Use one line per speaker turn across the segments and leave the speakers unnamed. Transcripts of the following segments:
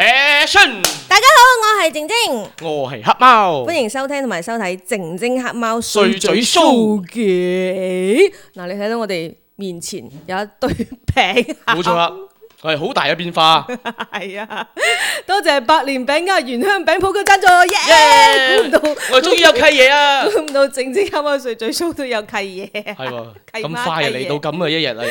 Action！
大家好，我係靜晶，
我係黑貓，
歡迎收聽同埋收睇《靜晶黑貓
碎嘴 show
騷嘅。嗱，你睇到我哋面前有一堆餅，
冇錯啦，係好大嘅變化。
係啊， 多謝百年餅家原香餅鋪嘅贊助，
耶
耶！估唔到，
我哋終於有契嘢 啊！
估唔到靜晶黑貓碎嘴 show 都有契嘢啊！
係喎，
契媽
咁快就
契
嚟
爺
到咁嘅一日啦，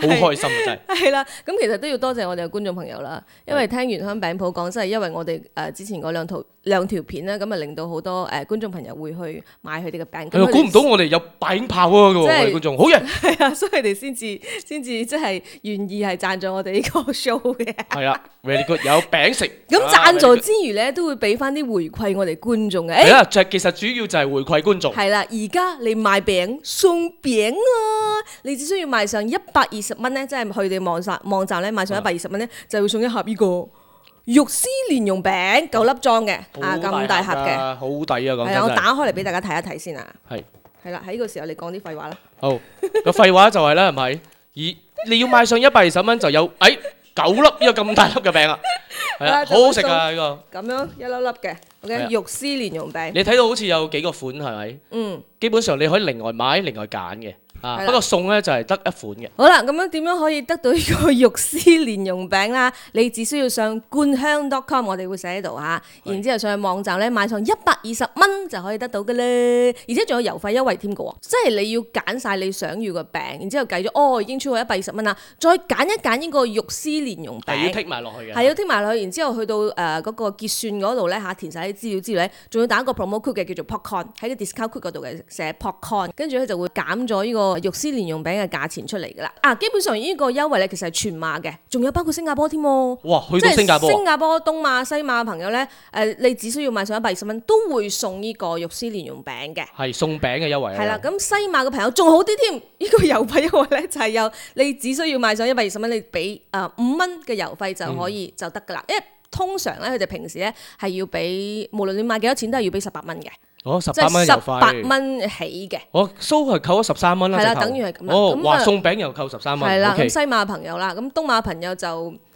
又好開心啊！真 係
係啦，咁其實都要多謝我哋嘅觀眾朋友啦，因為聽原香餅鋪講，真係因為我哋誒、呃之前嗰兩套兩條片咧，咁啊令到好多誒、呃、觀眾朋友會去買佢哋嘅餅。咁
係
佢
喎，
哋
估唔到我哋有擺影炮啊！嘅喎，我
真係
哋觀眾好嘢，
係啊，所以佢哋先至先至即係願意係贊助我哋呢個 show 嘅。
係啦，very good，有餅食。
咁
啊
贊助
À, very good
之餘咧，都會俾翻啲回饋我哋觀眾嘅。
係
誒
啦，就係其實主要就係回饋觀眾。
係啦，而家你買餅送餅啊！你只需要賣上一百二十蚊咧，即係去哋網站網站咧賣
嗯
上一百二十蚊咧，就會送一盒呢個肉絲蓮蓉餅，九粒裝嘅
好
啊，咁大盒嘅。
㗎好抵啊！講
係啊，我
真
打開嚟俾大家睇一睇先啊。
係。
係啦，喺呢個時候你講啲廢話啦。
好，個廢話就係啦，係咪？而你要買上一百二十蚊就有，誒九粒呢個咁大粒嘅餅啊，係啊，
啊
好好食啊呢個。
咁樣一粒粒嘅
係啊
，OK，肉絲蓮蓉餅，
你睇到好似有幾個款係咪？
嗯。
基本上你可以另外買、另外揀嘅，啊
係啦
不過送咧就係得一款嘅。
好啦，咁樣點樣可以得到呢個肉絲蓮蓉餅啦？ 你只需要上灌香 .com，我哋會寫喺度嚇，
係
然之後上去網站咧買上一百二十蚊就可以得到嘅咧，而且仲有郵費優惠添嘅喎，即係你要揀晒你想要嘅餅，然之後計咗哦已經超過一百二十蚊啦，再揀一揀呢個肉絲蓮蓉
係要
餅。
剔埋落去嘅。
係要聽埋落去，然之後去到呃誒嗰、個結算嗰度咧嚇，填晒啲資料之後咧，仲要打一個 promo code 嘅叫做 popcorn，喺個 discount code 嗰度嘅寫 popcorn，跟住咧就會減咗呢個肉絲蓮蓉餅嘅價錢出嚟㗎啦。啊，基本上呢個優惠咧其實係全馬嘅，仲有包括新加坡添喎。
哇，去到新加坡
即係
啊
新加坡東馬、西馬嘅朋友咧，誒、你只需要買上一百二十蚊，都會送呢個肉絲蓮蓉餅嘅。
係送餅嘅優惠啊。
係啦，咁西馬嘅朋友仲好啲添，呢、個郵費優惠咧就係有你只需要買上一百二十蚊，你俾誒五蚊嘅郵費
嗯
就可以就得㗎啦，因為。通常咧，佢哋平時咧係要俾，無論你買幾多錢都係要俾十八蚊嘅，
哦，十
即
八
係
蚊
十
郵
八
費。
蚊起嘅。
我蘇係扣咗十三蚊啦。
係啦
直頭
等於係咁啦
哦，
咁
哇，
啊
送餅又扣十三蚊。
係啦，咁
OK
西馬嘅朋友啦，咁東馬嘅朋友就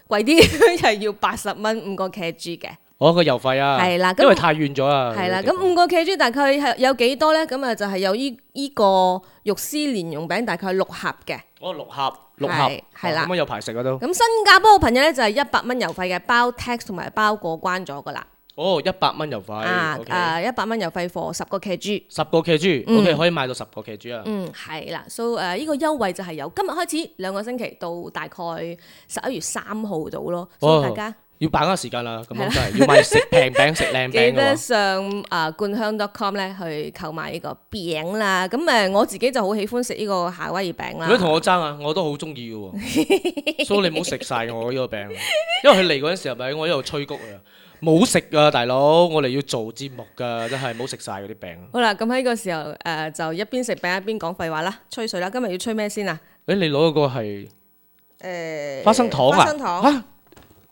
貴啲， 係要八十蚊五個 kg 嘅。
我個郵費啊。
係啦咁
因為太遠咗啊。
係啦，咁五個 kg 大概係有幾多咧？咁啊就係有依依個肉絲蓮蓉餅，大概六盒嘅。
我六盒，六盒
係係啦
哇咁啊有排食啊都。
咁新加坡嘅朋友咧就係一百蚊郵費嘅，包 tax 同埋包過關咗噶啦。
哦，一百蚊郵費。
啊
OK
啊，一百蚊郵費貨十個 kg。
十個 kg，OK 可以買到十個 kg 啊。
嗯，係啦，so 誒呢個優惠就係由今日開始兩個星期到大概十一月三號到咯，所以大家
要把握時間啦，咁
係
樣
啦
真係要買食平餅、食靚
記
餅嘅
得
喎。
上啊灌香 .com 咧去購買呢個餅啦。咁誒我自己就好喜歡食呢個夏威夷餅
如果同
啦。
我爭啊，我都好中意嘅喎，所以你唔好食晒我呢個餅，因為佢嚟嗰陣時係咪我一路催谷啊，冇食啊，大佬，我哋要做節目㗎，真係冇食晒嗰啲餅。
好啦，咁喺呢個時候誒、就一邊食餅一邊講廢話啦，吹水啦。今日要吹咩先啊？
誒，你攞嗰個係
誒、
花生糖
花生
啊？
糖，
嚇，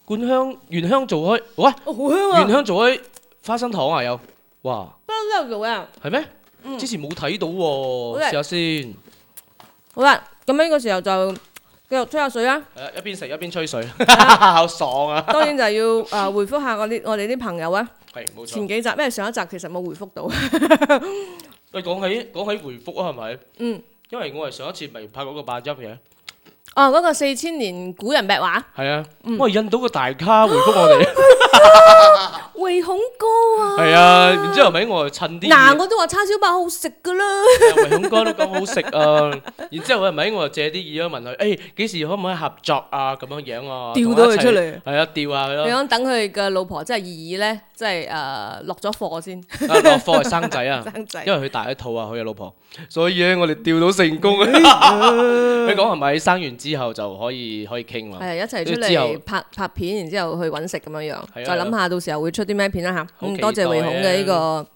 灌香原香做開，哇，
哦好香啊！
原香做開花生糖啊有，哇，
不嬲都有做啊！
係咩？之前冇睇到喎，
好嘅
試下先，誒
好啦，咁呢個時候就繼續吹下水 啦。
一邊食一邊吹水， 好爽啊！
當然就要誒、呃、回覆下我啲我哋啲朋友啊。
係冇錯
前。幾集，因為上一集其實冇回 覆到，
喂，講起講起回覆啊，係咪？
嗯。
因為我係上一次咪拍嗰個八音嘅。
哦嗰、個四千年古人壁畫，
係啊，
嗯
我係印到個大卡回覆 我哋。
胃恐高啊！
係啊，然之後咪我係襯 啲
嗱，
嘢，
我都話叉燒包好食噶啦。
維恐哥都講好食啊。然之後係咪我借啲耳啊問佢，誒幾時可唔可以合作啊？咁樣樣啊，
吊
同
到
我一
佢
齊
出嚟
係啊，吊下佢
你
咯。
講等佢嘅老婆即係怡怡咧，即係誒落咗貨先
啊落課係 生仔啊，
生仔。
因為佢大咗肚啊，佢嘅老婆，所以咧我哋吊到成功
哎
啊。你講係咪生完之後就可以可以傾嘛？
係啊一齊出
之後
嚟拍拍片，然之後去揾食咁樣
係啊
樣，就諗下到時候會出啲咩片啦嚇。
好
嗯，
期
多謝
待
維孔嘅呢
啊
個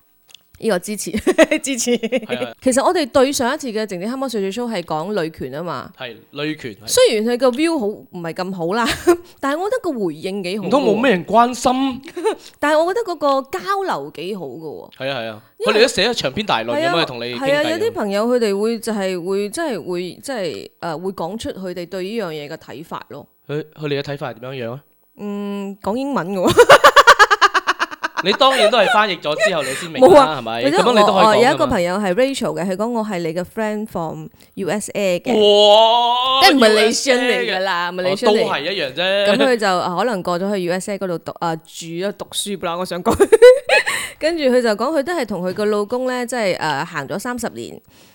呢個支持 支持。
係啊，
其實我哋對上一次嘅《靜靜黑貓碎嘴 show》係講女權啊嘛，
係女權。係
雖然佢個 view 好唔係咁好啦， 但係我覺得個回應幾好。
唔通冇？咩人關心？
但係我覺得嗰個交流幾好嘅
係啊係啊，
因
佢
為
哋都寫咗長篇大論
喎。
咁
啊
樣，同你傾
係啊，有
偈
啲
咁。
朋友佢哋會就係會即係會即係誒會講出佢哋對呢樣嘢嘅睇法咯。
佢佢哋嘅睇法係點樣樣啊？
嗯，講英文嘅喎，
你當然都係翻譯咗之後你先明
冇
啦，
啊
係咪？
或者
咁樣你都
我我
可以
有
講
一個
㗎嘛
朋友係 Rachel 嘅，佢講我係你嘅 friend from USA 嘅，
哇！
即係唔係
USA
你 s 嚟
嘅
㗎啦，唔係你
哦
s
都
嚟。
係一
咁
樣啫。
佢就啊可能過咗去 USA 嗰度讀啊住啊讀書啦，我想 講。跟住佢就講佢都係同佢個老公咧，即係誒行咗三十年。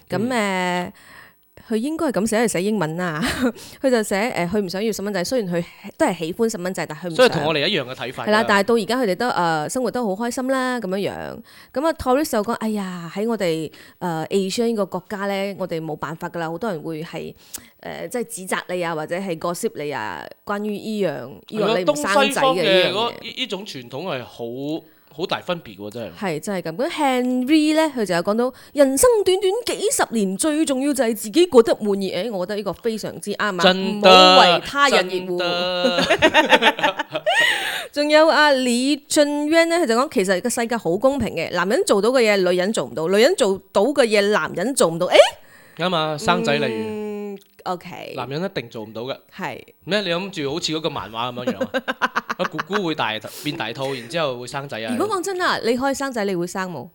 咁
嗯
誒，呃佢、應該係咁寫，係寫英文啊。 佢就寫呃誒，佢、唔想要細蚊仔，雖然佢都係喜歡細蚊仔，但係佢唔
所以同
想。
我哋一樣嘅睇法㗎。
係啦，但係到而家佢哋都誒、呃生活都好開心啦，咁樣樣。咁啊 t o r i s 就講：哎呀，喺我哋誒、呃 Asia 呢個國家咧，我哋冇辦法噶啦，好多人會係誒、呃即係指責你啊，或者係 gossip 你啊，關於依樣依
係
個
咯
你唔
東
生
西
仔
方
嘅依
嘅
樣嘢
嗰。依依種傳統係好好大分別喎，真係。
係真係咁。咁 Henry 咧，佢就有講到人生短短幾十年，最重要就係自己過得滿意。誒、我覺得呢個非常之啱啊，唔
真
好
得
為他人而
真
活。
得
仲有阿李俊淵咧，佢就講其實個世界好公平嘅，男人做到嘅嘢女人做唔到，女人做到嘅嘢男人做唔到。誒、
啱 啊！生仔例如，
嗯，OK，
男人一定做唔到嘅。
係
咩？你諗住好似嗰個漫畫咁樣樣啊？ 阿姑姑會大變大肚，然之後會生仔啊？
如果講真啦，你可以生仔，你會生冇？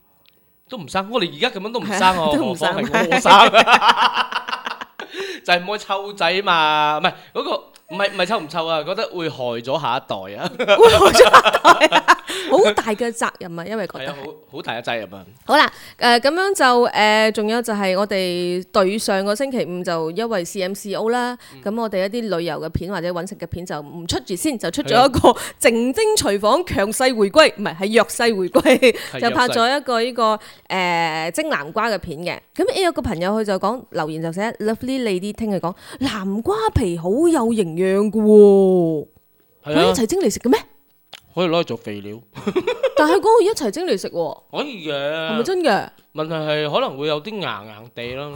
都唔生，我哋而家咁樣都唔
係
生
啊
我，
都唔
何
生
況係我生？ 就係唔可以湊仔嘛，唔係嗰個唔係唔係湊唔湊啊？覺得會害咗下一代啊，
好大嘅責任啊，因為覺
係
得
啊，好好大嘅責任啊！
好啦，誒、咁樣就誒，呃仲、有就係我哋對上個星期五就因為 CMCO 啦，
嗯
咁、我哋一啲旅遊嘅片或者揾食嘅片就唔出住先，就出咗一個
嗯
靜晶廚房強勢回歸，唔係係弱勢回歸，
係
就拍
弱勢
咗一個呢、個誒、呃蒸南瓜嘅片嘅。咁有個朋友佢就講留言就寫 Lovely Lady 聽佢講南瓜皮好有營養嘅喎，
係
可以一
啊，
齊蒸嚟食嘅咩？
可以攞嚟做肥料，
但係佢講佢一齊蒸嚟食喎，
可以
係咪
嘅。
真嘅？
問題係可能會有啲硬硬地啦，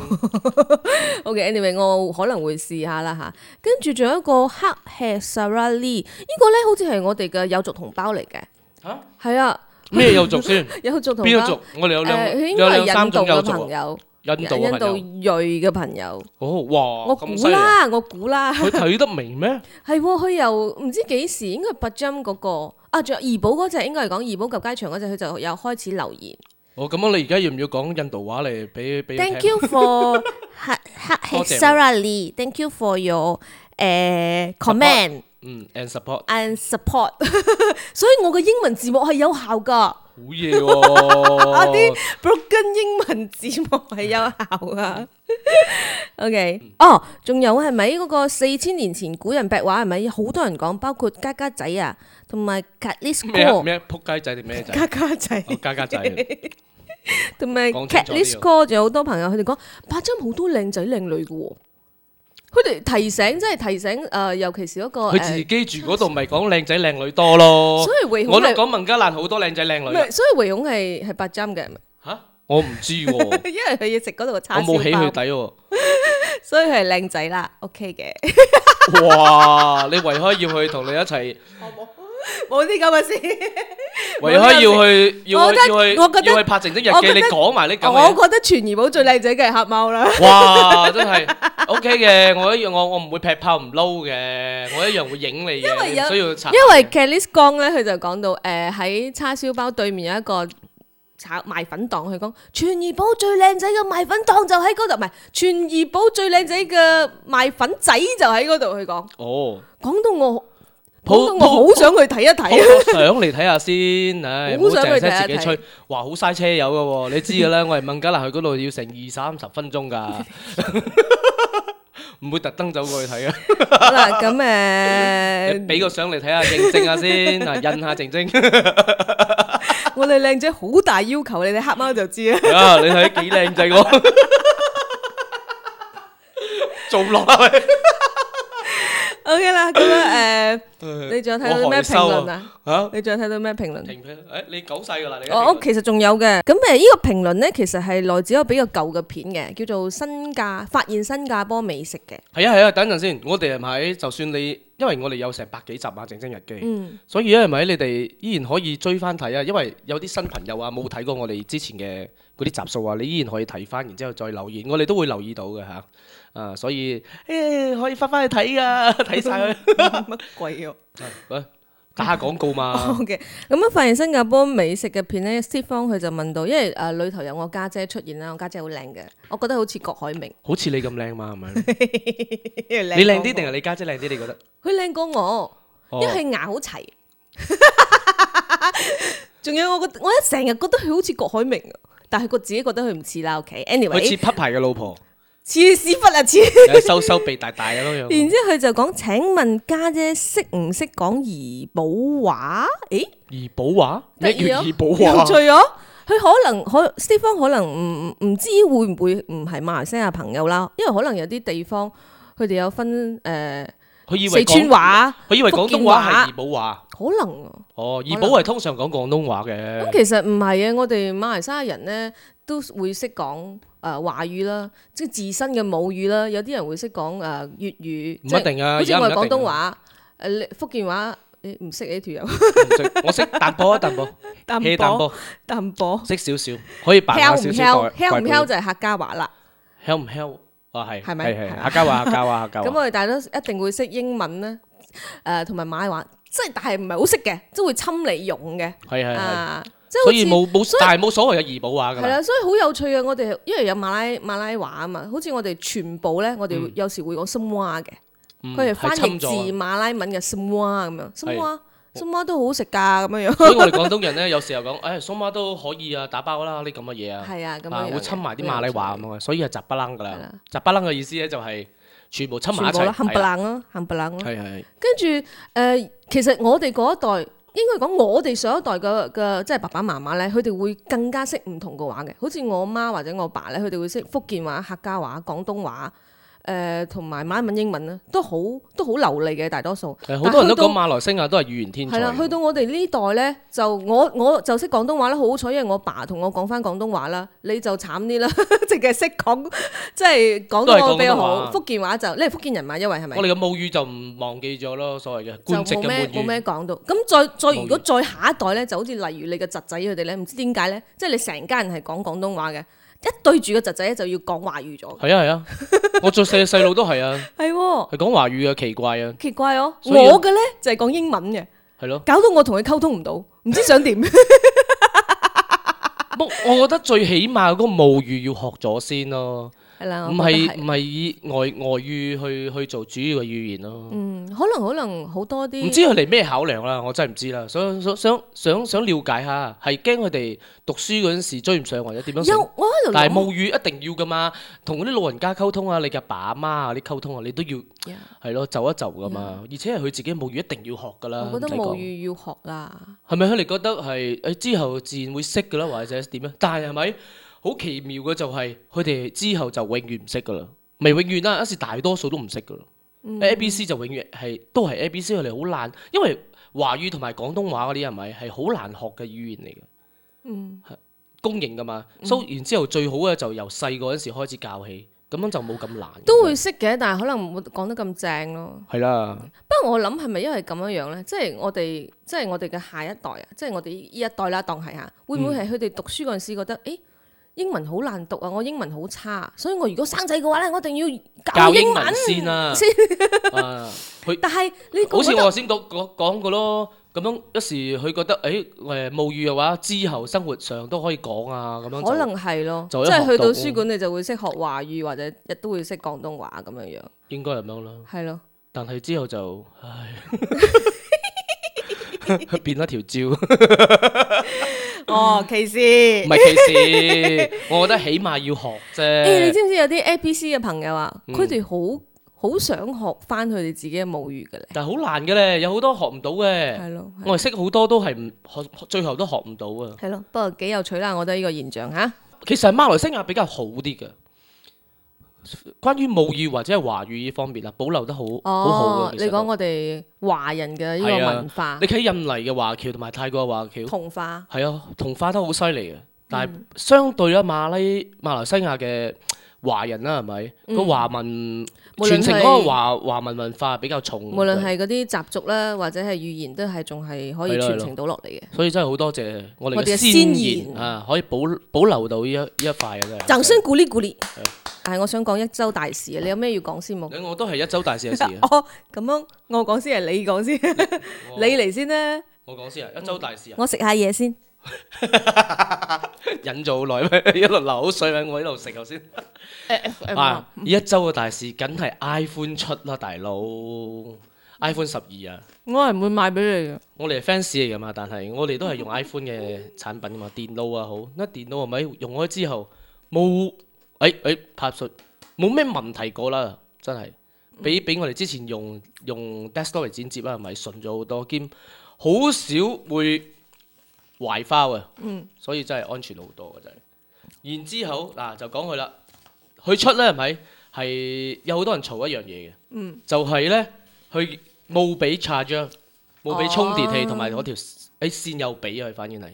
OK，anyway，、我可能會試下啦吓，跟住仲有一個黑吃 Sarah Lee，呢個咧好似係我哋嘅友族同胞嚟嘅。
嚇
係啊，
咩幼族先？
友 族同
邊一
胞。
族？我哋有兩
誒佢應
有
該
兩
係
三
印度
種幼
嘅
族
朋
喎，
友，
印度嘅朋友。
印度裔嘅朋友。
哦，哇，
我
咁
估
犀利啊！
啦，我估啦，
佢睇得明咩？
係喎，佢又唔知幾時，應該係拔針嗰個啊，仲有怡寶嗰只，應該係講怡寶及街場嗰只，佢就又開始留言。
哦，咁啊，你而家要唔要講印度話嚟俾俾佢
Thank
聽？
you for 黑黑
多
吃
謝
Sarah Lee，Thank you for your 誒 comment。
嗯，and support。
and support，所以我嘅英文字幕係有效噶
好嘢
啊
喎！
，broken 英文字幕係有效噶。OK，哦，仲有係咪嗰個四千年前古人白話係咪好多人講，包括家家仔啊，同埋 c a t l i s
咩啊
哥，
咩啊仆街仔定咩仔？
家家仔
哦，家 家仔，
同埋
講
c
清
a
楚
t
啲
l i s 哥，仲有好多朋友佢哋講，八針好多靚仔靚女嘅喎。佢哋提醒，真係提醒，誒、尤其是嗰、個
佢自己住嗰度咪講靚仔靚女多咯
呃。哦所以唯恐
我都
係，
講孟加蘭好多靚仔靚
唔
女啊
係，所以唯恐係係八針嘅，
吓，我唔知喎，
因為佢要食嗰度嘅
我
叉燒包。
冇起佢底喎。
所以佢係靚仔啦，OK 嘅，
哇！你為開要去同你一齊，
冇啲咁嘅事。
為開要去
我
要
覺得
去要去
我覺得
要去拍《靜的日記
我覺》，得
你講埋呢咁嘅 嘢。
我覺得全怡寶最靚仔嘅係黑貓啦，
哇！真係 OK 嘅，我一樣我我唔會劈炮唔撈嘅，我一樣會影你嘅，
為
你
有
唔需要 查。
因為 c a l i s 江咧，佢就講到誒喺叉燒包對面有一個。炒賣粉檔，佢講全怡寶最靚仔嘅賣粉檔就喺嗰度，唔係全怡寶最靚仔嘅賣粉仔就喺嗰度。佢講
哦。
講到我，
好
講到我好想去睇一睇啊！
我相嚟睇下先，唉，
好
唔好
想
淨
去睇
係
下
自己吹，哇，好嘥車油嘅喎，你知 嘅啦，我哋孟加拉去嗰度要成二三十分鐘㗎，唔會特登走過去睇嘅，
好啦，咁呃
你
誒，
俾個相嚟睇下，認證下 先，嗱，印下靜晶，
我哋靚仔好大要求，你哋黑貓就知啦。
啊，你睇幾靚 仔喎，做唔落啦喂，
OK 啦，咁樣誒，你仲有睇到啲咩評
我
論
害羞
啊？
嚇，
你仲有睇到咩評論？
停佢，誒，你講晒㗎啦，你
我哦我其實仲有嘅，咁呃誒呢個評論呢，其實係來自一個比較舊嘅片嘅，叫做新加發現新加坡美食嘅。
係啊係啊，等陣先，我哋係咪就算你，因為我哋有成百幾集啊《正正日記》，所以咧係咪你哋依然可以追翻睇啊？因為有啲新朋友啊冇睇過我哋之前嘅嗰啲集數啊，你依然可以睇翻，然之後再留言，我哋都會留意到嘅嚇。啊，所哎啊
嗯
以誒、可以翻翻去睇噶，睇晒佢。
乜鬼啊？
喂打下廣 告嘛。
嘅，咁啊樣發現新加坡美食嘅片咧，Steve Fong 佢就問到，因為誒裏頭有我家姐出現啦，我家姐好靚嘅，我覺得好似郭海明，
好似你咁靚嘛，係咪？
你
你靚啲定係你家姐靚啲？你覺得？
佢靚過我，
哦
因為佢牙好齊。 仲有我覺，我一成日覺得佢好似郭海明，但係佢自己覺得佢唔似啦。
佢似
OK，anyway，
匹牌嘅老 婆，
似屎忽啊，似。
有收收鼻大大咁樣。
然之後佢就講：請問家姐識唔識講怡寶話？咦，
怡寶話
得
咩
意
叫
啊
怡寶
有
話？
趣哦！佢可能可 Stephen 可能唔唔唔知會唔會唔係馬來西亞朋友啦，因為可能有啲地方佢哋有分誒、呃
佢以為
四川
廣，
話，
佢以為
福
廣
建
東話
話
係怡寶話。
可能啊
哦，怡
可
寶
能
係通常講廣東話嘅
咁。其實唔係啊，我哋馬來西亞人咧都會識講誒華語啦，即係自身嘅母語啦。有啲人會識講誒呃粵語，
唔
即係
一定啊
好似
而家唔
我
一
哋廣
定啊
東話、誒你福建話，你唔識呢條友
唔識我識淡薄 啊，淡薄，
淡
氣淡薄，
淡薄。
識少少，可以扮
敲
下
唔
少
敲
少代。
敲唔敲
代
就係客家話啦。
表？敲唔敲？啊係，
係咪
係
係
係客啊家話，客 家話，客家
咁啊
話。
我哋大家都一定會識英文啦，誒同埋馬來話，即係但係唔係好識嘅，即係會侵你用嘅
係係係。
啊，即係好
所
似
以冇冇
所，以
但係冇所謂嘅怡寶話㗎
係
嘛。
啦，所以好有趣嘅。我哋因為有馬拉馬拉話啊嘛，好似我哋全部咧，我哋有時會講深蛙嘅，
嗯
佢係翻譯
侵
自
咗啊
馬拉文嘅深蛙咁樣，深
係
蛙深蛙都好好食㗎咁樣樣，
所以我哋廣東人咧，有時候講，誒，蘇媽都可以啊，打包啦，呢咁嘅嘢啊，
係啊咁
啊
樣樣
會侵埋啲馬拉話咁樣，所以係雜不楞㗎
係
啦
啦。
雜不楞嘅意思咧就係全部侵埋
全
一
部
齊，
啦，冚唪
係啊
唥咯，冚唪唥咯。
係係
跟住誒、呃其實我哋嗰一代應該講我哋上一代嘅嘅即係爸爸媽媽咧，佢哋會更加識唔同嘅話嘅，好似我媽或者我爸咧，佢哋會識福建話、客家話、廣東話。誒同埋馬來文、英文咧，都好都好流利嘅，大多數。
係好多人都講
但去
馬來西亞都係語言天才
係啦，去
㗎。
到我哋呢代咧，就我我就識廣東話啦，好彩，因為我爸同我講翻廣東話啦，你就慘啲啦， 淨係識講即係廣東話比較
都係廣東話
好，福建話就你係福建人嘛，因為係咪
我？哋嘅母語就唔忘記咗咯，所謂嘅
就
官職
冇
嘅
咩
母
冇
語。
咩講到。咁再再如
冇
果
語
再下一代咧，就好似例如你嘅侄仔佢哋咧，唔知點解咧，即係你成家人係講廣東話嘅，一對住個侄仔咧就要講華語咗。
係啊 係啊，我最細嘅細路都係啊，
係喎，
係講華語嘅，奇怪啊，
奇怪哦！
所以
我嘅咧就係講英文嘅，
係咯。
搞到我同佢溝通唔到，唔知想 點。
不，我覺得最起碼嗰個母語要學咗先咯，
係啦，啊
唔
我覺得
係唔係以外外語去去做主要嘅語言咯。
嗯，可能可能好多
唔
啲
知佢哋咩考量啦，我真係唔知啦。想想想想想了解下，係驚佢哋讀書嗰陣時追唔上，或者點樣
有
成？
我喺度
但
諗
係母語一定要噶嘛，同嗰啲老人家溝通啊，你嘅爸阿媽啊，你溝通啊，你都要
呀
係咯，就一就噶嘛。而且係佢自己母語一定要學噶啦。
我覺得
唔使講
母語要學啊啦，
係咪佢哋覺得係誒之後自然會識噶啦，或者點咧？但係係咪好奇妙嘅就係佢哋之後就永遠唔識噶啦，咪永遠啦，一時大多數都唔識噶啦。A B C 就永遠係都係 A B C，佢哋好難，因為華語同埋廣東話嗰啲係咪係好難學嘅語言嚟嘅？
嗯，
公認噶嘛，所以然之後最好嘅就由細個嗰陣時開始教起，咁樣就冇咁難。
都會識嘅，但係可能唔會講得咁正咯。
係啦，
不過我諗係咪因為咁樣樣咧？即係我哋，即係我哋嘅下一代啊，即係我哋呢一代啦，當係嚇，會
嗯
唔會係佢哋讀書嗰陣時覺得，誒、英文好難讀啊，我英文好差，所以我如果生仔嘅話咧，我一定要教
教
英
英
文
文。先啦。啊佢
但係你
好似
覺
我
得
頭先講講講過咯，咁樣一時佢覺得誒誒母語嘅話，之後生活上都可以講啊，咁樣就
可能係咯，即
就一
係去
學
到
到
書館你就會識學華語或者亦都會識廣東話咁樣樣，
應該係咁樣啦。
係咯。
但係之後就 唉， 變咗條 蕉，唔
哦，歧視。
係歧視。我覺得起碼要學
誒、你
啫，
知唔知有啲 A B C 嘅朋友啊，
嗯
佢哋好好想學翻佢哋自己嘅母語嘅咧，
但係好難嘅咧，有好多學唔到嘅。
係咯。係咯
我係識好多都係唔學，最後都學唔到啊。
係咯，不過幾有趣啦，我覺得呢個現象嚇。
其實係馬來西亞比較好啲嘅，關於母語或者係華語呢方面啊，保留得好好好
哦
嘅，。其
你
實
講我哋華人嘅呢個
係啊
文化
你睇印尼嘅華僑同埋泰國嘅華僑，
同嗯化，
係啊，同化得好犀利嘅。但係相對啦，馬拉馬來西亞嘅華人啦，係咪個華文
嗯無論
傳承
係
嗰個華華文文嗯化係比較重嘅？
無論係嗰啲習俗啦，或者係語言，都係仲係可以
係咯係
傳
咯
承到落嚟嘅。
所以真係好多謝我哋
我哋嘅
嘅
先
先
賢
賢啊，可以保保留到呢一呢一塊嘅真係。
掌聲鼓勵鼓勵。
但係我想講一周大事啊，你有咩要講 先冇？
兩個都係一周大事 嘅事啊！
哦，咁樣我講先，係你講 先，你嚟先啦，
我講先啊，一周大事啊！
我食下嘢先。
忍咗好耐咩？一路流口水喺我一路食頭先。啊！
嗯
一周嘅大事，梗係 iPhone 出啦，大佬！iPhone 十二啊！
我係唔會買俾你嘅。
我哋係 fans 嚟噶嘛，但係我哋都係用 iPhone 嘅產品噶嘛，電腦啊好，嗱電腦係咪用開之後冇誒誒拍術冇咩問題過啦，真係
嗯
比比我哋之前用用 desktop 嚟剪接啦，係咪順咗好多，兼好少會壞花啊，
嗯
所以真係安全好多嘅真係。然之後嗱、就講佢啦，佢出咧係咪係有好多人嘈一樣嘢嘅，
嗯
就係咧佢冇俾 charge。冇俾充電器
哦
同埋嗰條誒線又俾啊！佢反而係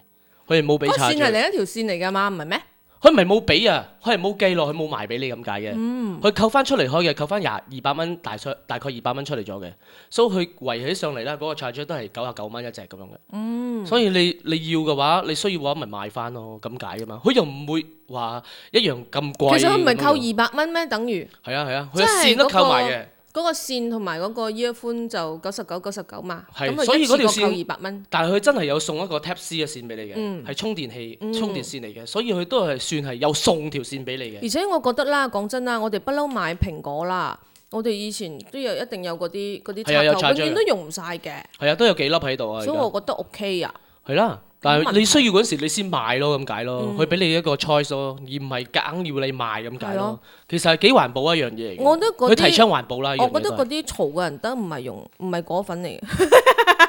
佢係冇俾
嗰
叉
線係
住，
另一條線嚟㗎嘛，唔係咩？
佢唔係冇俾啊，佢係冇計落，佢冇賣俾你咁解嘅。
嗯
佢、扣翻出嚟開嘅，扣翻廿二百蚊大出大概二百蚊出嚟咗嘅，所以佢圍起上嚟啦，嗰、個 charge 都係九啊九蚊一隻咁樣嘅。
嗯
所以你你要嘅話，你需要嘅話咪買翻咯，咁解噶嘛。佢又唔會話一樣咁貴。啊
其實佢唔係扣
咁樣
二百蚊咩？等於
係啊係啊，佢
即
有
係
線都
嗰個
扣埋嘅。
嗰個線同埋嗰個 earphone 就九十九九十九嘛，
係
咁啊
所以嗰條
一次過扣
線
二百蚊。
但係佢真係有送一個 Type C 嘅線俾你嘅，
嗯
係、充電器、充電線嚟嘅，所以佢都係算係有送條線俾你嘅。
而且我覺得啦，講真啦，我哋不嬲買蘋果啦，我哋以前都有一定有嗰啲嗰啲
係啊有
插頭，
插
永
咗
遠
嘅
都用唔晒嘅，
係啊，都有幾粒喺度啊。而
所以
家
我覺得 OK 啊。
係啦，但
冇問
係
題
你需要嗰陣時你先買咯，咁解咯。佢俾你一個 choice 咯，而唔係夾硬要你賣咁解
嗯係
咯
咯。
其實係幾環保一樣嘢嚟嘅。
我覺得嗰啲
佢提倡環保啦，
我覺得嗰
嗰
啲嘈嘅人都唔係用唔係果粉嚟嘅，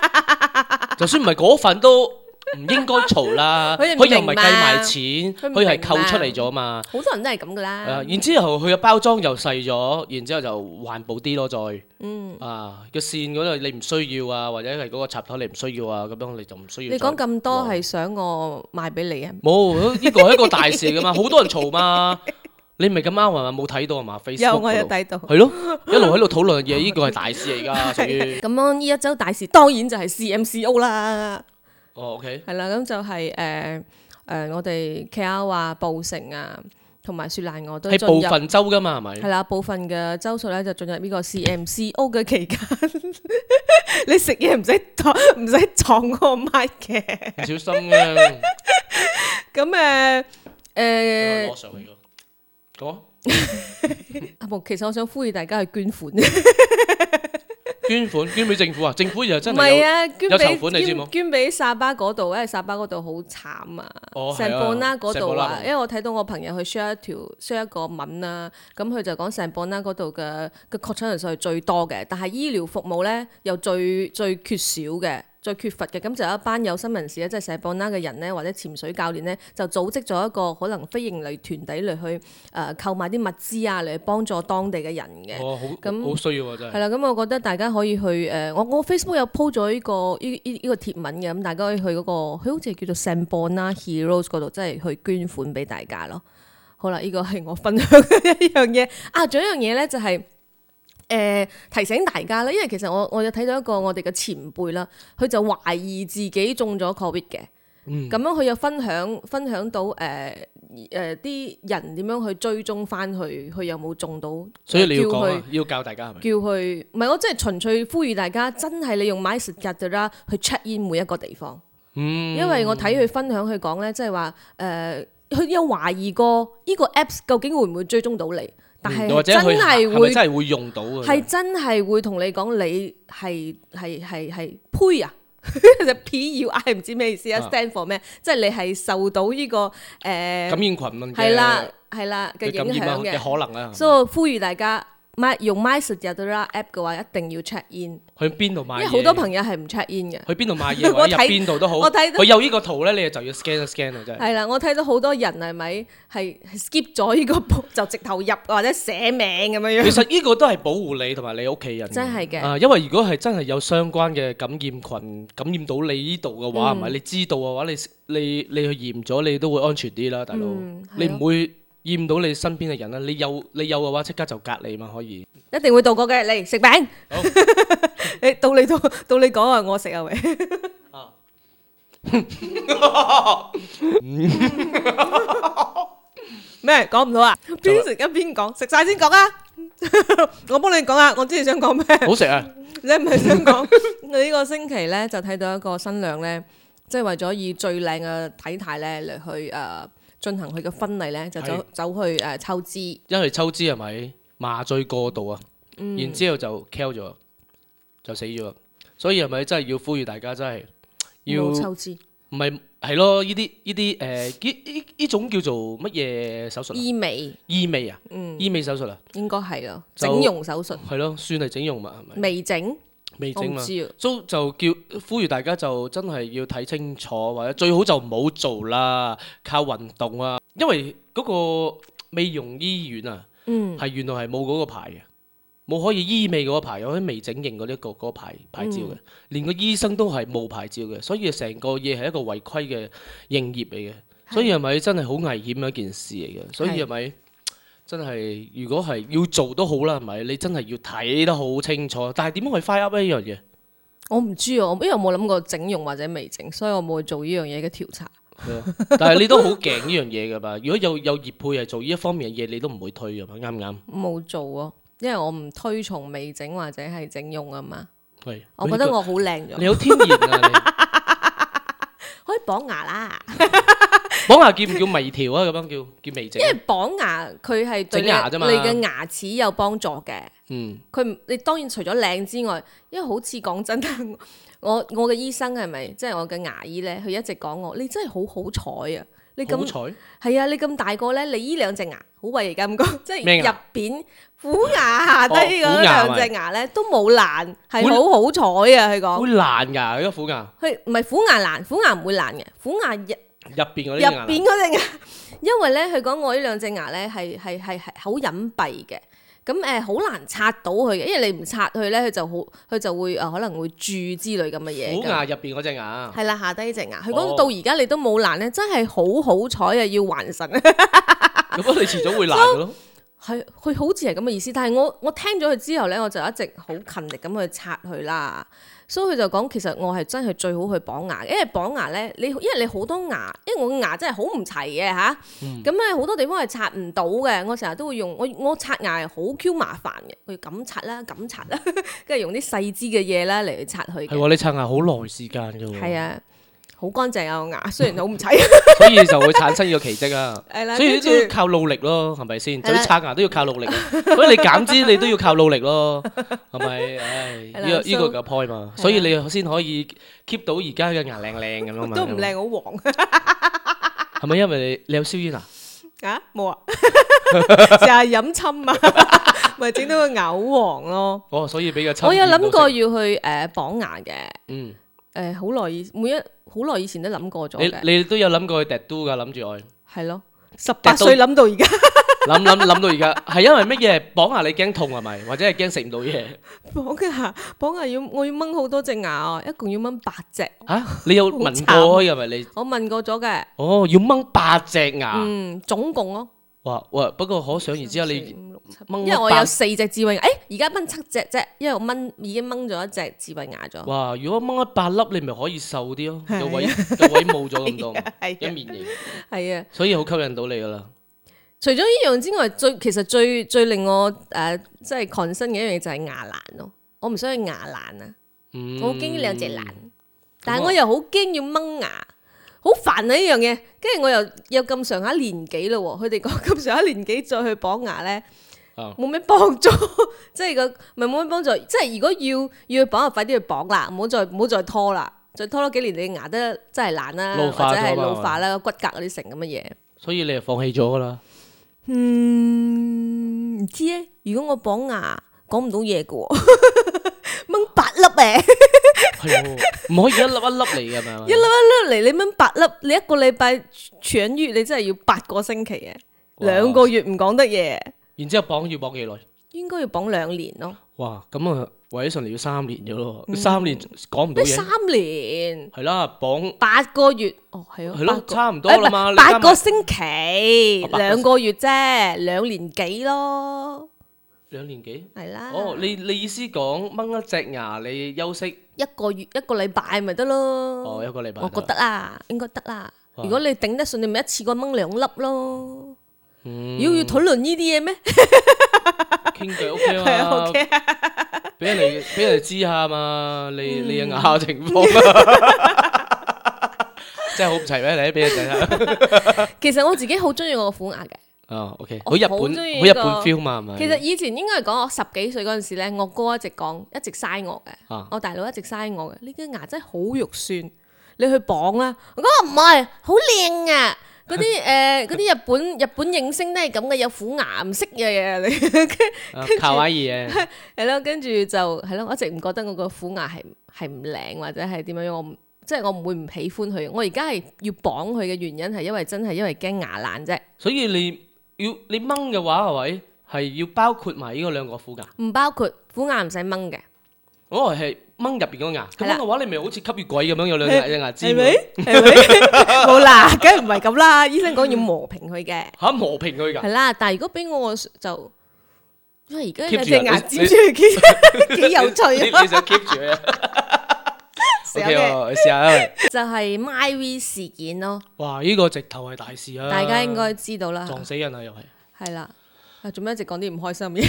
就算唔係嗰份都唔應該嘈啦。
佢哋唔
佢又唔
明
係
嘛
計埋錢，
佢唔
佢係
明
扣
嘛
出嚟咗嘛。
好多人都係咁噶
誒
啦。
然之後佢嘅包裝又細咗，然之後就環保啲咯，再
嗯
啊個線嗰度你唔需要啊，或者係嗰個插頭你唔需要啊，咁樣你就唔需要再。
你講咁多係想我賣俾你啊？
冇，呢個係一個大事 嚟噶嘛，好多人嘈嘛。你唔係咁啱係嘛？冇睇到係嘛？Facebook
有我有
嗰度
睇到
係咯，一路喺度討論 嘢，呢個係大事嚟㗎，屬於
咁樣呢一周大事當然就係 CMCO 啦，
哦 OK，
係啦，咁就係誒誒我哋 KL 啊、布城啊同埋雪蘭莪都
係
進
部
入
分州㗎嘛，係咪
係？啦，部分嘅州數咧就進入呢個 CMCO 嘅期間， 你食嘢唔使 撞唔使撞我麥嘅，
唔小心嘅，
咁誒誒
攞上嚟㗎。講啊
阿木，啊其實我想呼籲大家去捐款，
捐款捐俾政府啊！政府又真
唔
係
係
有
啊，捐
有籌
俾
款你知冇
捐捐俾沙巴嗰度，因為沙巴嗰度好慘啊
哦，
成
係啊
半啦嗰度啊，
Sampona
因為我睇到我朋友去 share 一條 share 一個文啦，咁佢就講成半啦嗰度嘅嘅確診人數係最多嘅，但係醫療服務咧又最最缺少嘅。最缺乏嘅，咁就有一班有心人士咧，即係石博啦嘅人咧，或者潛水教練咧，就組織咗一個可能非營利團體嚟去誒、呃、購買啲物資啊，嚟幫助當地嘅人嘅。
哦，好
咁
好需要啊，真
係
係。
啦，咁我覺得大家可以去誒、呃我我 Facebook 有 po 咗呢個呢呢呢個貼文嘅，咁大家可以去嗰、個，佢好似叫做 s a m b o n 啦 Heroes 嗰度，即係去捐款俾大家咯。好啦，呢個係我分享嘅一樣嘢啊，仲有一樣嘢咧就係、誒、提醒大家啦，因為其實我我有睇到一個我哋嘅前輩啦，佢就懷疑自己中咗 Covid 嘅，咁、
嗯
樣佢又分享分享到誒誒啲人點樣去追蹤翻佢，佢有冇中到，呃
所以你要
叫
講
佢
啊，要教大家係咪？
叫佢，唔係我真係純粹呼籲大家，真係你用 My s g a t 啦去 check in 每一個地方，
嗯
因為我睇佢分享佢講咧，即係話誒，佢、有懷疑過呢個 apps 究竟會唔會追蹤到你，但
嗯
係
又或者
真
佢係
係
咪
會
真係會用到啊？
係真係會同你講你係係係係呸啊！ 就 P U I 唔知咩意思啊
啊
，stand for 咩？即係你係受到呢、個
感
誒
染群論嘅
係啦係啦嘅
嘅感
影
染啊
響嘅。
嘅可能啊，
所以我呼籲大家買用 My s g a t 啦 app 嘅話，一定要 check in。
去邊度買
因
嘢？
為好多朋友係唔 check in 嘅。
去邊度 買嘢或
我
者
睇
入邊度都好，
我睇到
佢有呢個圖咧，你就要 scan 一 scan 啊，真係。
係啦，我睇到好多人係咪係係 skip 咗呢個 步，就直頭入或者寫名咁樣
其
樣。
實呢個都係保護你同埋你屋企人，
真係嘅
啊，因為如果係真係有相關嘅感染群感染到你呢度嘅
嗯
話，唔係你知道嘅話，你你你去驗咗，你都會安全啲啦，大佬。
嗯係啊
你
咯
唔會驗到你身邊嘅人啦。你有你有嘅話，即刻就隔離嘛，可 以。
一定會到過嘅，嚟食餅。 誒，到你到到你講啊，我食啊喂。咩講唔到啊？邊食一邊講，食晒先講啊！ 我幫你講啊，我知你想講咩。
好食啊！
你唔係想講你呢個星期咧就睇到一個新娘咧，即係為咗以最靚嘅體態咧嚟去誒、呃、進行佢嘅婚禮咧，就走
係
走去誒、呃、抽脂。
因為抽脂係咪麻醉過度啊？
嗯
然之後就 kill 咗，就死咗。所以係咪真係要呼籲大家真係要
冇
唔
抽脂，
係係咯？呢啲呢啲誒呢呢呢種叫做乜嘢手術啊？
醫美
醫美啊，
嗯
醫美手術啊，
應該係啦，
就
整容手術
係咯，算係整容嘛，係咪？
微整，
未
嗯我
整
唔
嘛。
知啊。
都就叫呼籲大家就真係要睇清楚，或者最好就唔好做啦，靠運動啊，因為嗰個美容醫院啊，
嗯
係、原來係冇嗰個牌嘅，冇可以醫美嗰個牌，有啲微整形嗰啲個嗰個牌牌照
嗯
嘅，連個醫生都係冇牌照嘅，所以成個嘢係一個違規嘅營業嚟嘅，所以係咪真係好危險嘅一件事嚟嘅？所以係咪？真係，如果係要做都好啦，係咪？你真係要睇得好清楚。但係點樣去 fire up 呢 樣嘢？
我唔知啊，我因為我冇諗過整容或者微整，所以我冇去做呢樣嘢嘅調查。
但係你都好勁呢樣嘢㗎嘛？如果有有業配係做呢一方面嘅嘢，你都唔會推㗎嘛？啱唔啱？
冇做啊，因為我唔推崇微整或者係整容啊嘛。
係。
我覺得我好靚咗，
你好天然啊！
可以綁牙啦。
你綁牙叫唔叫微調啊？咁樣叫叫微整
因。為綁牙佢係對
整
你
牙啫嘛
你嘅牙齒有幫助嘅。
嗯，
佢唔你當然除咗靚之外，因為好似講真， 我我嘅醫生係咪即係我嘅牙醫咧？佢一直講我，你真係好好彩啊！你
好
咁
彩。
係啊，你咁大個咧，你呢兩隻牙好為而家咁講， 即
咩
係
牙
入邊虎牙下低
哦
嗰
虎牙
兩
咪
隻牙咧都冇爛，係
會
好好彩啊！佢
會
講
爛㗎，嗰個虎牙
佢唔係虎牙爛，虎牙唔會爛嘅，虎牙入
入邊啊嗰啲
入
牙
邊嗰隻牙， 因為咧佢講我呢兩隻牙咧係係係係好隱蔽嘅。咁誒好難刷到佢嘅，因為你唔刷佢咧，佢就好，佢就會誒、呃可能會蛀之類咁嘅嘢㗎。
虎牙入邊嗰隻 牙。
係啦，下低隻牙，佢講
哦
到而家你都冇爛咧，真係好好彩啊！要還神
咁啊你遲早會爛 㗎咯。
係佢好似係咁嘅意思，但係我我聽咗佢之後咧，我就一直好勤力咁去刷佢啦。所以佢就講，其實我係真係最好去綁牙，因為綁牙咧，你因為你好多牙，因為我嘅牙真係好唔齊嘅吓，
嗯
咁咧好多地方係刷唔到嘅。我成日都會用我我刷牙係好 Q 麻煩嘅，我要咁刷啦，咁刷啦， 跟住用啲細支嘅嘢啦嚟去刷佢
係
嘅。
喎，你刷牙好耐時間㗎喎。
係啊，好乾淨啊我牙，雖然好唔齊。
所以就會產生呢個奇蹟 啊！
係啦
所以
跟住
都要靠努力咯，係咪先？
係
就
啦
算刷牙都要靠努 力，所以你減脂你都要靠努力咯，係咪？唉，
係
呢
啦
個呢個
，so- 啊
嘅 point 嘛，所以你先可以 keep 到而家嘅牙靚靚咁啊嘛。
都唔，靚，好黃
係咪因為你你有燒煙啊？
啊，冇啊， 成日飲侵啊， 咪整到個牙好黃咯。
哦，所以比較抽
我有
煙到
諗過
食，
要去誒綁牙嘅，
嗯，
誒好耐以每一好耐以前都諗過咗
你
嘅，
你都有諗過去 d 都㗎，諗住我去
係咯，十八
但到
歲諗到而家
諗諗諗到而家，係因為乜嘢？綁牙你驚痛係咪？或者係驚食唔 到嘢
綁牙綁牙要我要掹好多隻牙啊，一共要掹八隻，
嚇？你有
好
問
慘
過係咪你？
我問過咗嘅，
哦，要掹八隻牙，
嗯，總共咯，
哇哇！不過可想而知啊，
四
你。
五六七
掹
因為
乜
我
八
有四隻智慧牙，誒而家掹七隻啫，因為我掹已經掹咗一隻智慧牙咗，
哇！如果掹一百粒，你咪可以瘦啲咯，
係
個位個位冇咗咁多，一
係啊
面形，
係啊。
所以好吸引到你噶啦。
除咗呢樣之外，最其實最最令我誒、呃即係 concern 嘅一樣嘢就係牙爛咯。我唔想去牙爛啊，
嗯
我好驚呢兩隻爛，但係我又好驚要掹牙，好煩啊呢樣嘢。跟住我又有咁上下年紀咯喎，佢哋講 咁上下年紀再去綁牙咧，
啊
冇咩幫助， 即係個咪冇咩幫助。即係如果要要去綁，就快啲去綁啦，唔好再唔好再拖啦。再拖多幾年，你牙都真係爛啦，
老化
或者係
咗嘛
老化啦，骨骼嗰啲成咁嘅嘢。
所以你就放棄咗噶啦。
嗯，唔知咧。如果我綁牙，講唔到嘢嘅 喎，掹八粒誒，
係喎，唔可以一粒一粒嚟㗎嘛。
一粒一粒嚟，你掹八粒，你一個禮拜全月，你真係要八個星期嘅，
哇
兩個月唔講得嘢，
然之後綁要綁幾耐？
應該要綁兩年咯，
哇！咁啊，圍起上嚟要三年咗咯，三年講唔到
咩嗯三
嘢。
年
係啦，綁
八個月，哦係啊，
係
八
咯
個
差唔多啦嘛
哎
你
唔係
加埋
八個星期
哦，八個
兩個月啫，兩年幾咯，
兩年幾？
係啦，
哦，你你意思講掹一隻牙你休息
一個月一個禮拜咪得咯，
哦一個禮
嗯
拜
我啊
得
覺得啦，應該得啦。
哇
如果你頂得順，你咪一次過掹兩粒咯。妖要討論呢啲嘢咩？
嗯傾偈 OK
係啊
啊嘛，
，OK 啊，
俾人哋俾人哋知下嘛，你
嗯
你嘅牙 情況啊，真係好唔齊咩？你俾人睇下
其實我自己好中意我個虎牙嘅。
啊，OK，
我
好日本
好
好
鍾意
日本
呢個
feel 嘛，係咪？
其實以前應該係講我十幾歲嗰陣時咧，我哥一直講，一直嘥我嘅，
啊
我大佬一直嘥我嘅，你嘅牙真係好肉酸，你去綁啦，我講唔係，好靚啊！嗰啲誒嗰啲日本日本影星都係咁嘅，有虎牙唔識嘅嘢你。
啊卡哇伊嘅。
係咯，跟住就係咯，我一直唔覺得我個虎牙係係唔靚或者係點樣樣，我唔即係我唔會唔喜歡佢。我而家係要綁佢嘅原因係因為真係因為驚牙爛啫，
所以你要你掹嘅話係咪係要包括埋呢個兩個虎牙？
唔包括虎牙唔使掹嘅，
我係掹入邊個牙，咁
係啦
樣嘅話你咪好似吸血鬼咁樣有兩隻隻牙
係
尖喎，
咪？係咪？ 冇啦， 梗係唔係咁啦。醫生講要磨平佢嘅，
嚇磨平佢㗎。
係啦。但係如果俾我我就，因為而家
Keep
有
住
隻
啊
牙
你
尖出嚟，幾 幾 有
你
趣啊！
你想 keep 住佢 啊
死
？OK
嘅
喎，你試下啦。
就係 MyV 事件咯，
哇！呢個直頭係大事啊！
大家應該知道啦，
撞死人啊，又係
係啦。啊，做咩一直講啲唔開心嘅？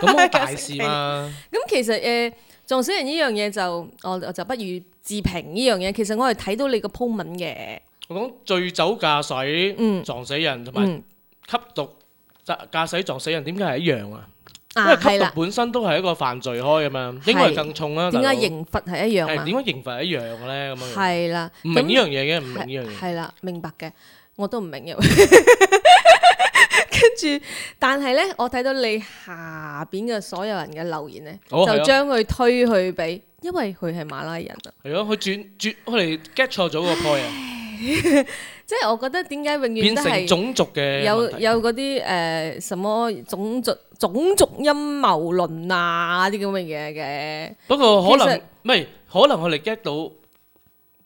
咁好大事 嘛？
咁其實誒、呃撞死人呢樣嘢就我我就不如自評呢樣嘢。其實我係睇到你個鋪文嘅，
我講醉酒駕駛撞死人同埋
嗯
吸毒駕駕駛撞死人，點解係一樣啊？因
啊
為吸
係
毒
啦，
本身都係一個犯罪開㗎嘛，應該係更重啦。
點
啊大
解
佬
刑罰係一樣
係
啊？
點解刑罰係一樣嘅咧？咁樣樣
係啦，
唔明呢
樣
樣嘢嘅，唔明呢樣嘢。
係啦，明白嘅， 我都唔明嘅。跟住，但係咧，我睇到你下邊嘅所有人嘅留言咧，
哦係啊
就將佢推去俾，因為佢係馬拉人啊。
係咯，佢轉轉，佢哋 get 錯咗個 point 啊，
即係我覺得點解永遠
變
都係
成種族嘅
有
問題
有嗰啲誒什麼種族種族陰謀論啊啲咁嘅嘢嘅，
不過可
其
能
實
唔係，可能我哋 get 到，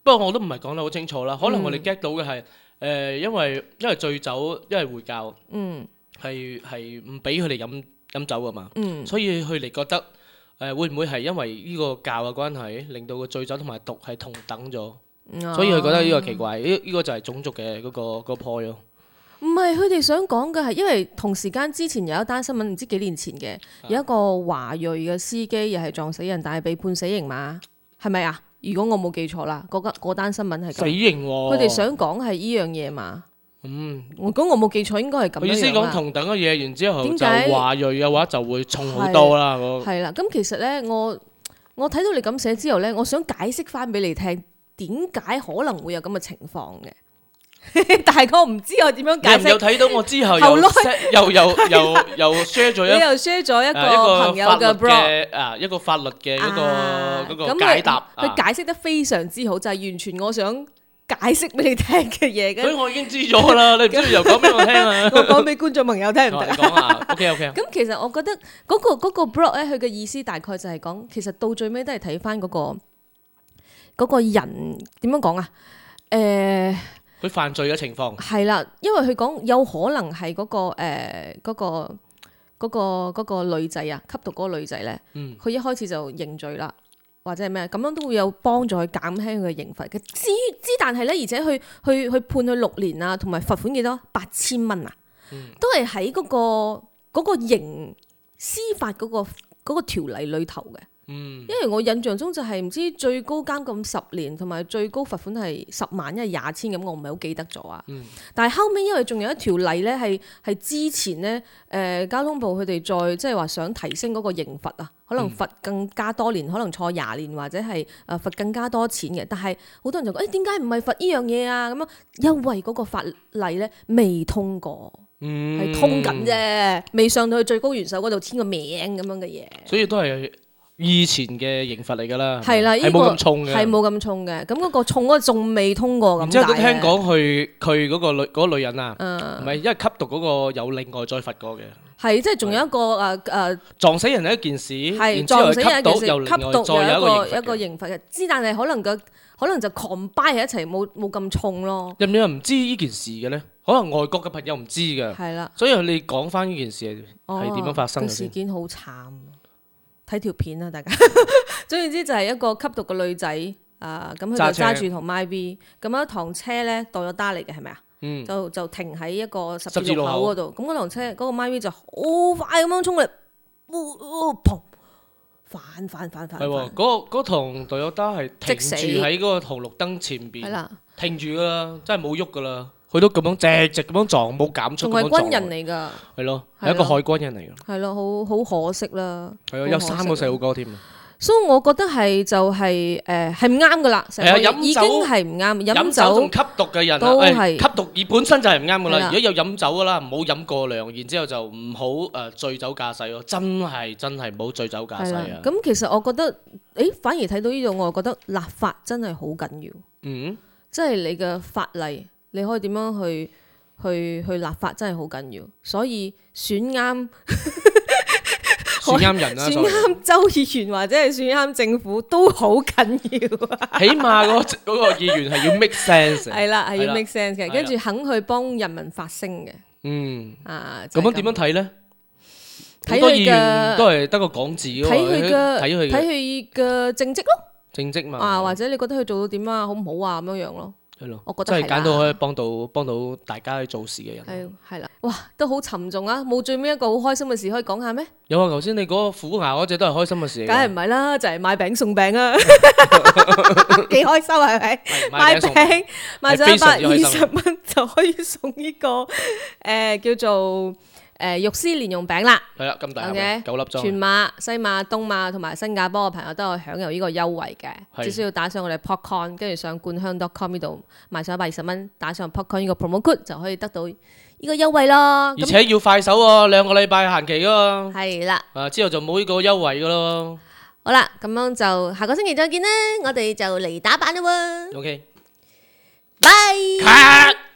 不過我都唔係講得好清楚啦。可能我哋 get 到嘅係誒，因為因為醉酒，因為回教
嗯
係係唔俾佢哋飲飲酒噶嘛，
嗯，
所以佢哋覺得誒會唔會係因為呢個教嘅關係，令到個醉酒同埋毒係同等咗， 所以佢覺
哦
得呢個奇怪，呢呢個就係種族嘅嗰個嗰個 point 咯。
唔係佢哋想講嘅係，因為同時間之前有一單新聞，唔知幾年前嘅，
啊
有一個華裔嘅司機又係撞死人，但係被判死刑嘛，係咪啊？如果我冇記錯啦，嗰間嗰單新聞係
死
咁，
刑喎，
佢哋想講係呢樣嘢嘛。
嗯。
如果我冇記錯，應該係咁
佢意思
樣樣
講
啦。
同等嘅嘢，然之後
點
就
解
華裔嘅話就會重好多啦。嗰個
係啦，咁其實咧，我我睇到你咁寫之後咧，我想解釋翻俾你聽，點解可能會有咁嘅情況嘅。 但係我唔知我點樣
你
解
有唔有
釋。
睇到我之後
後
又
來
set- 又又又又 share 咗
你
一
又 share 咗一
啊一
個朋友
法律
嘅 blog。
嘅啊一個法律嘅嗰
啊
個嗰
咁
個
佢
解答啊
佢解釋得非常之好，就係完全我想解釋俾你聽嘅嘢
所以
嘅。。
我已經知咗啦，你唔需要又講俾我聽啊
我講俾觀眾朋友聽唔
我
得
話你。講啊，OK OK，
咁其實我覺得嗰、個嗰、個 blog 咧，佢嘅意思大概就係講，其實到最尾都係睇翻嗰個嗰、個人點樣講啊？誒、
佢犯罪嘅情況
係啦，因為佢講有可能係嗰、個誒嗰、個嗰、個嗰、個女仔啊，吸毒嗰個女仔咧，佢、
嗯
一開始就認罪啦。或者係咩咁樣都會有幫助佢減輕佢嘅刑罰嘅。至於之但係咧，而且佢去去判佢六年啊，同埋罰款幾多八千蚊啊，都係喺嗰個嗰、個刑司法嗰、個嗰、個條例裏頭嘅。
嗯
因為我印象中就係唔知最高監禁十年，同埋最高罰款係十萬，一係廿千咁，我唔係好記得咗啊。但係後尾因為仲有一條例咧，係係之前咧，誒、交通部佢哋再即係話想提升嗰個刑罰啊，可能罰更加多年，可能坐廿年或者係誒罰更加多錢嘅。但係好多人就講誒點解唔係罰呢樣嘢啊？咁樣因為嗰個法例咧未通過，
嗯
係通緊，啫，未上到去最高元首嗰度簽個名咁樣嘅嘢。
所以都係以前嘅刑罰嚟㗎啦。
係啦，
係
呢
冇
個
咁重嘅，
係冇咁重嘅。咁嗰個重嗰個仲未通過咁
然之後都
大嘅嗯
聽講佢佢嗰個女嗰個女人啊，唔係因為吸毒嗰個有另外再罰過嘅，
係即係仲有一個誒誒
撞死人係一件事，
係
然之後
撞死
吸
人
毒
嘅事，
又另
吸毒
外再有一
有一個
個
一個刑
刑罰嘅。
罰嘅。之但係可能個可能就 combine 喺一齊，冇冇咁重咯。
有冇人唔知呢件事嘅咧？可能外國嘅朋友唔知嘅，
係啦，
所以你講翻呢件事
哦
係係點樣發生嘅
個事
先？
件好慘，啊睇條片啊啦，大家。 總言之就係一個吸毒嘅女仔啊，咁佢
揸
就
車
揸住同 My V 咁樣一堂車咧，Toyota 嚟嘅係咪啊？
嗯
就就停喺一個十
十字
字
路
路
口
口嗰度。咁嗰輛車嗰、個 my V 就好快咁樣衝嚟，噗噗砰反反反反
係喎，
反，
嗰嗰堂 t o y 係停
即死
住喺嗰個紅綠燈前
係
邊，
啦，
停住噶啦，真係冇喐噶啦，佢都咁樣直直咁樣撞，冇減速
仲係
咁樣撞
軍
落
人
去，
嚟㗎，
係咯，
係
係一個
咯
海軍人嚟嘅，
係咯，好好可惜啦。
係
好
啊，
可
有
惜
三個細佬哥添啊，
所以我覺得係就係誒係唔啱噶啦，成個
係啊飲
嘢
酒
已經係唔啱，飲
飲酒同
酒
吸毒嘅人啊
都
誒
係
吸毒而本身就係唔啱噶啦
係，啦
如果有飲酒噶啦，唔好飲過量，然之後就唔好誒醉酒駕駛咯，真係真係唔好醉酒駕
係
駛
啦
啊。。
咁其實我覺得，誒反而睇到呢度，我覺得立法真係好緊要，
嗯，
即係你嘅法例，你可以點樣去去去立法真係好緊要，所以選啱
選啱人啦，
選
所謂
啱州議員或者係選啱政府都好 緊要啊，
起碼嗰嗰個議員係要 make sense 嘅。
係啦，係
係啦
要 make sense 嘅，
係啦
跟住肯去幫人民發聲嘅，
嗯，
啊就
咁
係
樣點樣睇咧？好
睇
多
佢
議員
嘅
都係得個講字喎
睇佢嘅
睇
睇
佢嘅
佢嘅政績咯。
政績嘛。
啊，或者你覺得佢做到點啊，好唔好啊咁樣樣咯，
係咯，
我覺得
真係
係啦
揀到可以幫到幫到大家去做事嘅人。
係係啦，哇，都好沉重啊，冇最尾一個好開心嘅事可以講下咩？
有啊，頭先你嗰個虎牙嗰只都係開心嘅事嚟
梗
㗎。
係唔係啦，就係買餅送餅 啊，幾開心啊係咪？
係
買
買送餅
餅買
係
咗
非
一百
常之開
二
心
十蚊就可以送呢個誒叫做誒肉絲蓮蓉餅啦。
係啦，咁大盒
OK，
嘅九粒裝
全。馬、西馬、東馬同埋新加坡嘅朋友都有享有呢個優惠嘅，
係
只需要打上我哋 popcorn，跟住上冠香 .com 呢度賣上一百二十蚊，打上 popcorn 呢個 promo code 就可以得到呢個優惠咯。
而
哦咁
且要快手喎，兩個禮拜限期㗎喎，
係啦，
啊之後就冇呢個優惠㗎咯。
好啦，咁樣就下個星期再見啦，我哋就嚟打板啦喎，
OK，
拜。
卡。